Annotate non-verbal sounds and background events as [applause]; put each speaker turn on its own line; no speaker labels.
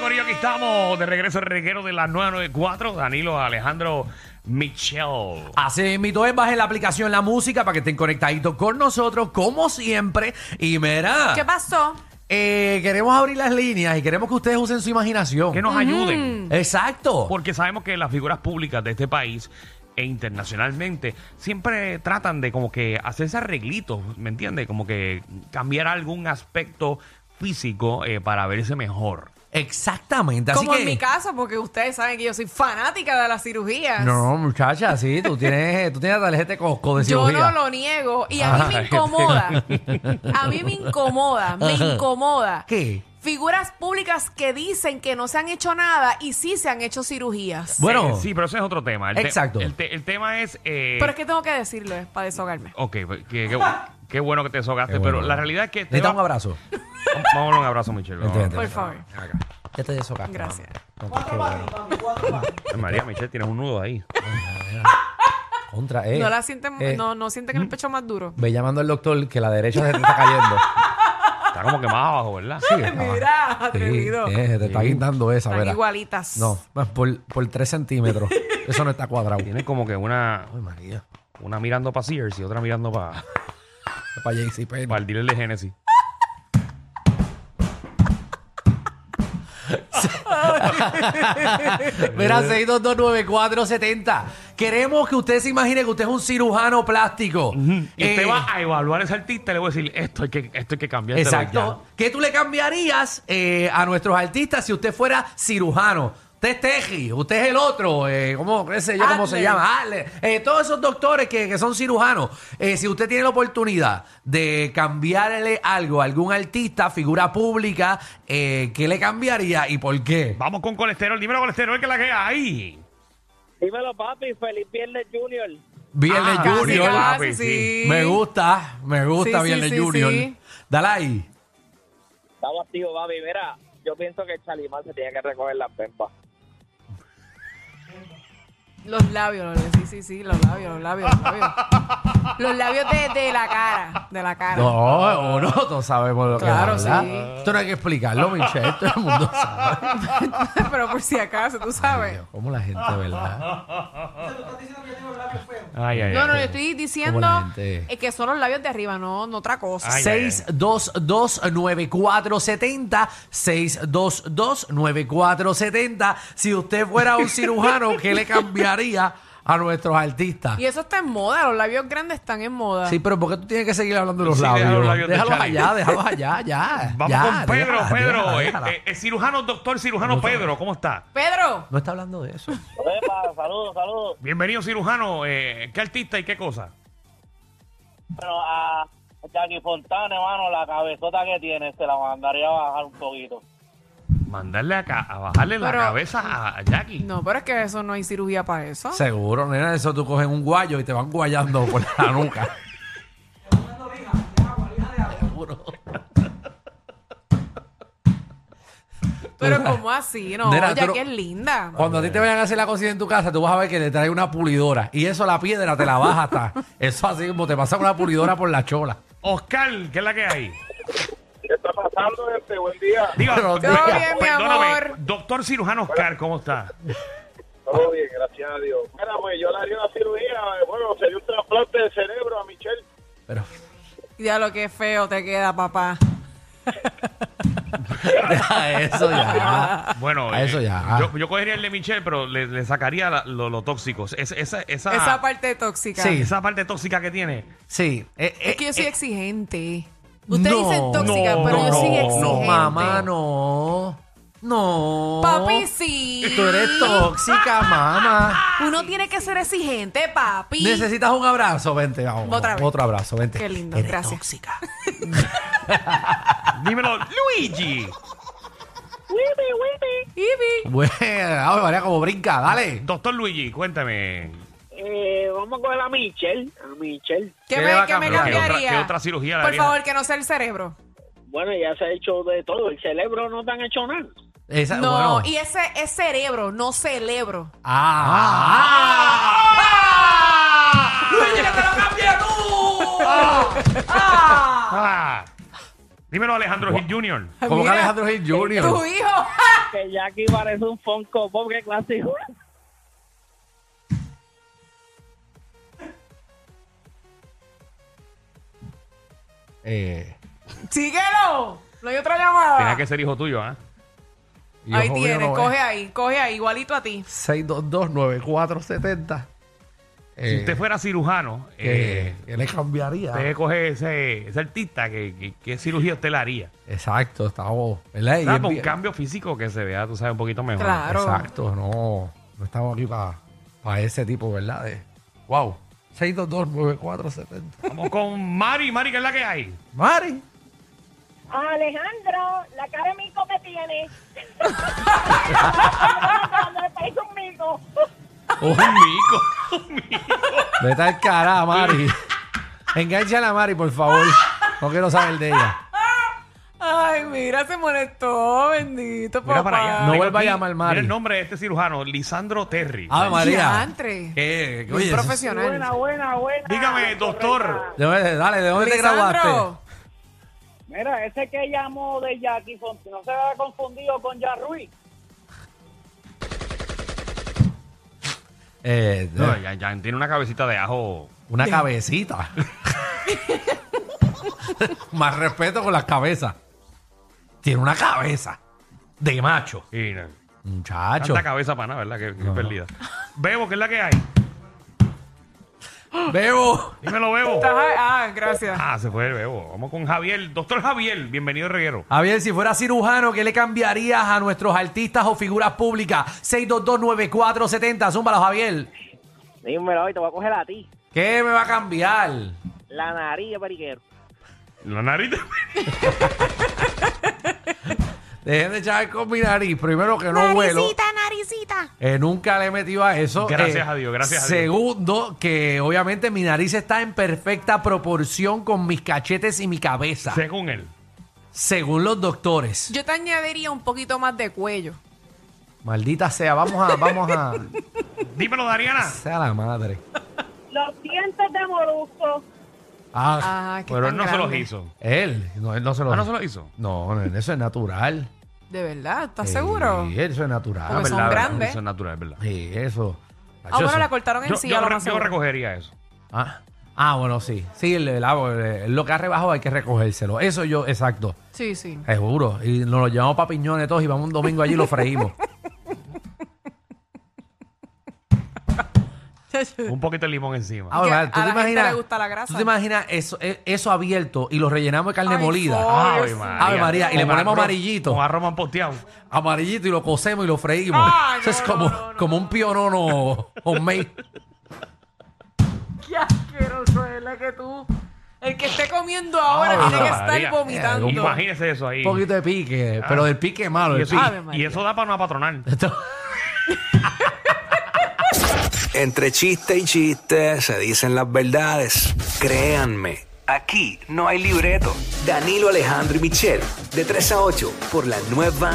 Corillo, aquí estamos. De regreso el reguero de las 994. Danilo Alejandro Michel.
Así mismo es, bajen la aplicación La Música para que estén conectaditos con nosotros, como siempre. Y mira,
¿Qué pasó?
eh, queremos abrir las líneas y queremos que ustedes usen su imaginación.
Que nos ayuden.
Exacto.
Porque sabemos que las figuras públicas de este país e internacionalmente siempre tratan de como que hacerse arreglitos, ¿me entiendes? Como que cambiar algún aspecto físico eh, para verse mejor.
Exactamente. Así
Como
que,
en mi caso, porque ustedes saben que yo soy fanática de las cirugías.
No, muchacha, sí, tú tienes, tú tienes la tarjeta de Costco de
Yo
cirugía.
no lo niego y
Ah.
a mí
[laughs]
me
Ay,
incomoda. A mí me incomoda, me incomoda.
¿Qué?
Figuras públicas que dicen que no se han hecho nada y sí se han hecho cirugías.
Bueno,
Eh, sí, pero ese es otro tema. El te-
Exacto.
el, te- el tema es. eh,
Pero es que tengo que decirlo para desahogarme.
Ok, pues, que- que- qué bueno que te desahogaste,
Qué bueno.
Eh, pero la realidad es que.
necesita
Vamos
un abrazo.
Vámonos un abrazo, Michelle.
Vente, vente,
Por favor.
Acá.
Ya te deshogaste.
Gracias. pues,
Contra, qué bueno.
Ay, Pues, María, Michelle, tienes un nudo ahí.
Contra, eh.
No la sienten,
eh,
no, no sienten el pecho más duro.
Ve llamando al doctor que la derecha se te está
[laughs]
cayendo.
Está como que más abajo, ¿verdad?
Mira,
ah, Sí,
atrevido.
eh, te está
Sí.
guindando esa,
Están
¿verdad?
igualitas.
No, más por, por 3 [laughs] centímetros. Eso no está cuadrado.
Tiene como que una,
Ay, María.
una mirando para Sears y otra mirando para
Es Para pues. JC Penny.
el dealer de Genesis.
Mira, 6229470. Queremos que usted se imagine que usted es un cirujano plástico.
Y usted
Eh,
Este va a evaluar a ese artista y le voy a decir, esto hay que, esto hay que cambiar.
Exacto. ¿Qué tú le cambiarías eh, a nuestros artistas si usted fuera cirujano? Usted es Teji, usted es el otro, eh, ¿cómo, qué sé yo cómo se
Adler.
llama? Adler. Eh, todos esos doctores que, que son cirujanos, eh, si usted tiene la oportunidad de cambiarle algo a algún artista, figura pública, eh, ¿qué le cambiaría y por qué?
Vamos con colesterol. Dímelo, colesterol, que es la que hay.
Dímelo, papi, feliz viernes, Junior.
Viernes
Ah,
Casi,
Junior.
casi,
papi, sí.
sí.
Me gusta, me gusta
Sí, sí,
Viernes
sí,
Junior.
sí.
Dale ahí.
Estamos activos, papi. Mira, yo pienso que Chalimán se tiene que recoger las pempas.
Los labios, los, sí, sí, sí, los labios, los labios,
[laughs]
los labios. Los labios de, de la cara, de la cara.
No, uno, todos sabemos lo
Claro,
que es.
sí.
¿verdad? Esto no hay que explicarlo, Michelle. Todo el
[laughs]
mundo sabe.
Pero por si acaso, tú sabes.
Como la gente,
[laughs]
¿verdad?
Ay, ay,
No, no,
ay.
yo estoy diciendo
la gente.
eh, que son los labios de arriba, no, no otra cosa.
Ay,
6229470 6229470 Si usted fuera un cirujano, ¿qué le cambiaría a nuestros artistas?
Y eso está en moda, los labios grandes están en moda.
Sí, pero ¿por qué tú tienes que seguir hablando de los
Sí, deja
labios?
los labios de
déjalos
Charlie.
allá, déjalos allá, ya.
Vamos
ya,
con Pedro,
déjala,
Pedro.
déjala,
eh,
déjala.
eh, eh, cirujano, doctor, cirujano Pedro, ¿cómo está?
Pedro,
No está hablando de eso.
Epa, [laughs] saludos, saludos.
Bienvenido, cirujano. Eh, ¿Qué artista y qué cosa?
Bueno, a ah, Jackie Fontana, hermano, la cabezota que tiene, se la mandaría a bajar un poquito.
Mandarle acá, a bajarle la
Pero-
cabeza a, a Jackie.
no, pero es que eso no hay cirugía para eso.
Seguro, nena, eso tú coges un guayo y te van guayando por
[laughs]
la nuca. Seguro.
Pero como así, no,
Nena, Oh.
ya
tú no-
que es linda.
Cuando a ti te vayan a hacer la cocina en tu casa, tú vas a ver que le trae una pulidora. Y eso, la piedra te la baja
[laughs]
hasta. Eso así como te pasa una pulidora por la chola.
Oscar, ¿qué es la que hay?
¿Qué está pasando, gente? Buen día.
Digo,
Pero-
pe-
Todo bien, mi
perdóname,
amor.
doctor cirujano Oscar, ¿cómo está?
Todo bien, gracias a Dios. Mira, pues yo le haría una cirugía. eh, Bueno, sería un trasplante de cerebro a Michelle.
Pero [laughs]
Ya lo que feo te queda, papá.
deja eso ya.
Bueno, eh,
A eso
ah.
ya.
Yo, yo cogería el de Michelle, pero le, le sacaría la- lo, lo tóxico. Es- esa, esa,
Esa parte tóxica.
Ah. Sí.
esa parte tóxica que tiene.
Sí. eh, eh,
Es que yo soy
eh,
exigente. Ustedes
no,
dicen tóxica,
no,
pero yo soy
no,
exigente.
No, mamá, no. No.
Papi, sí.
Tú eres tóxica, mamá.
Uno tiene que ser exigente, papi.
Necesitas un abrazo, vente, vamos.
Otra
vamos,
vez.
Otro abrazo, vente.
Qué lindo,
Eres
gracias.
tóxica. [laughs]
[laughs]
Dímelo, Luigi.
Ibi.
Bueno, ay, María, como brinca, dale.
Doctor Luigi, cuéntame.
Eh, vamos a coger a Michelle. A Michelle.
¿Qué,
¿Qué le va
me,
a
qué me
cambiar?
¿Qué otra-
cambiaría?
qué otra cirugía le
Por
haría?
favor, que no sea el cerebro.
Bueno, ya se ha hecho de todo. El cerebro no te han hecho nada.
Esa-
No,
bueno.
y ese es cerebro, no celebro.
Ah.
Ah. Dímelo, Alejandro Gil Jr.
Como que
¡Ah!
Mira,
Alejandro Gil Jr.
Tu hijo. [laughs]
que Jackie parece un Funko Pop, qué clásico.
Eh,
¡Síguelo! No hay otra llamada.
Tenía que ser hijo tuyo, ¿ah?
y
Ahí
ojo mío
tienes,
no
coge
es.
ahí, coge ahí, igualito a ti.
622-9470. Eh,
Si usted fuera cirujano,
que,
eh,
que le cambiaría.
usted coge ese, ese artista que, que- ¿qué cirugía usted le haría.
Exacto, estamos, ¿verdad? Y
Ah, pues,
es
un
bien-
cambio físico que se vea, tú sabes, un poquito mejor.
Claro.
Exacto, no, no estamos aquí para ese tipo, ¿verdad? De, wow, 622-9470.
Vamos con Mari, Mari, que es la que
[laughs]
hay.
Mari.
Alejandro, la cara de mico que
[laughs]
tiene. me parece un mico.
Un mico.
Vete al carajo, Mari. Enganchala a Mari, por favor. No quiero saber de ella.
Ay, mira, se molestó, bendito papá.
Mira para allá.
No
Tengo
vuelva a
aquí-
llamar, Mari.
Mira el nombre de este cirujano, Lisandro Terry.
Ave María.
Diantre.
¿Qué?
Un
Oye, eso-
profesional.
Buena, buena, buena.
Dígame, doctor.
Correcta.
¿de dónde- dale, ¿de dónde te graduaste?
Lisandro,
Mira, ese que llamó de Jackie Fontana, ¿no se había confundido con Jarruy?
Eh, de-
No, ya, ya tiene una cabecita de ajo.
Una cabecita. [laughs] Más respeto con las cabezas. Tiene una cabeza de macho.
Y, no,
Muchacho.
tanta cabeza para nada, ¿verdad? Que, que
No.
perdida. Bebo, que es la que hay.
Bebo.
Dímelo, Bebo.
estás ahí. Ah, gracias.
Ah, se fue el Bebo. Vamos con Javier. Doctor Javier, bienvenido, Reguero.
Javier, si fuera cirujano, ¿qué le cambiarías a nuestros artistas o figuras públicas? 6229470, zúmbalo, Javier.
Dímelo, hoy te voy a coger a ti.
¿Qué me va a cambiar?
La nariz de periquero.
La narita. [laughs]
Dejen de echar con mi nariz. Primero que no vuelo.
naricita.
Eh, nunca le he metido a eso.
Gracias
Eh,
a Dios, gracias a Dios.
Segundo, que obviamente mi nariz está en perfecta proporción con mis cachetes y mi cabeza.
Según él.
Según los doctores.
Yo te añadiría un poquito más de cuello.
Maldita sea, vamos a, vamos a.
Dímelo, Dariana.
sea la madre.
Los dientes de molusco.
Ah,
Ah, que
Pero
tan
él no se los
grande.
hizo.
él. No, él no se lo.
Ah, no se los hizo.
No, no, eso es natural.
¿De verdad? ¿Estás seguro?
Sí, eso es
Porque
natural.
son grandes.
Eso es natural, es ¿verdad?
Sí, eso.
Ah, bueno, la cortaron
Yo,
en sí,
yo
a lo
re-
más
yo
seguro.
recogería eso.
Ah, ah, bueno, sí. Sí, el, ah, el- el- lo que ha rebajado hay que recogérselo. Eso yo, exacto.
Sí, sí. [laughs]
Seguro. Y nos lo llevamos para piñones todos y vamos un domingo allí y lo
[laughs]
freímos.
Un poquito de limón encima.
Ah, bueno,
Que a la gente le gusta la grasa.
¿Tú te imaginas eso, e- eso abierto y lo rellenamos de carne
Ay,
molida?
fo-
Ave
Dios
María.
Ave María, y le
Con
ponemos
arroz-
amarillito.
Con arroz mamposteado.
Amarillito y lo cocemos y lo freímos.
Ay,
eso
no,
es
no,
como,
no, no,
como un pionono homemade.
Qué asqueroso es la que tú. El que esté comiendo ahora
Ay,
tiene que
Ave Ah, María.
estar vomitando.
Eh, Imagínese eso ahí.
Un poquito de pique, pero del pique
Ah.
malo.
Y
El
eso,
pique.
Ave
y
María.
eso da para una patronal.
Entre chiste y chiste se dicen las verdades. Créanme, aquí no hay libreto. Danilo Alejandro y Michel, de 3 a 8, por la nueva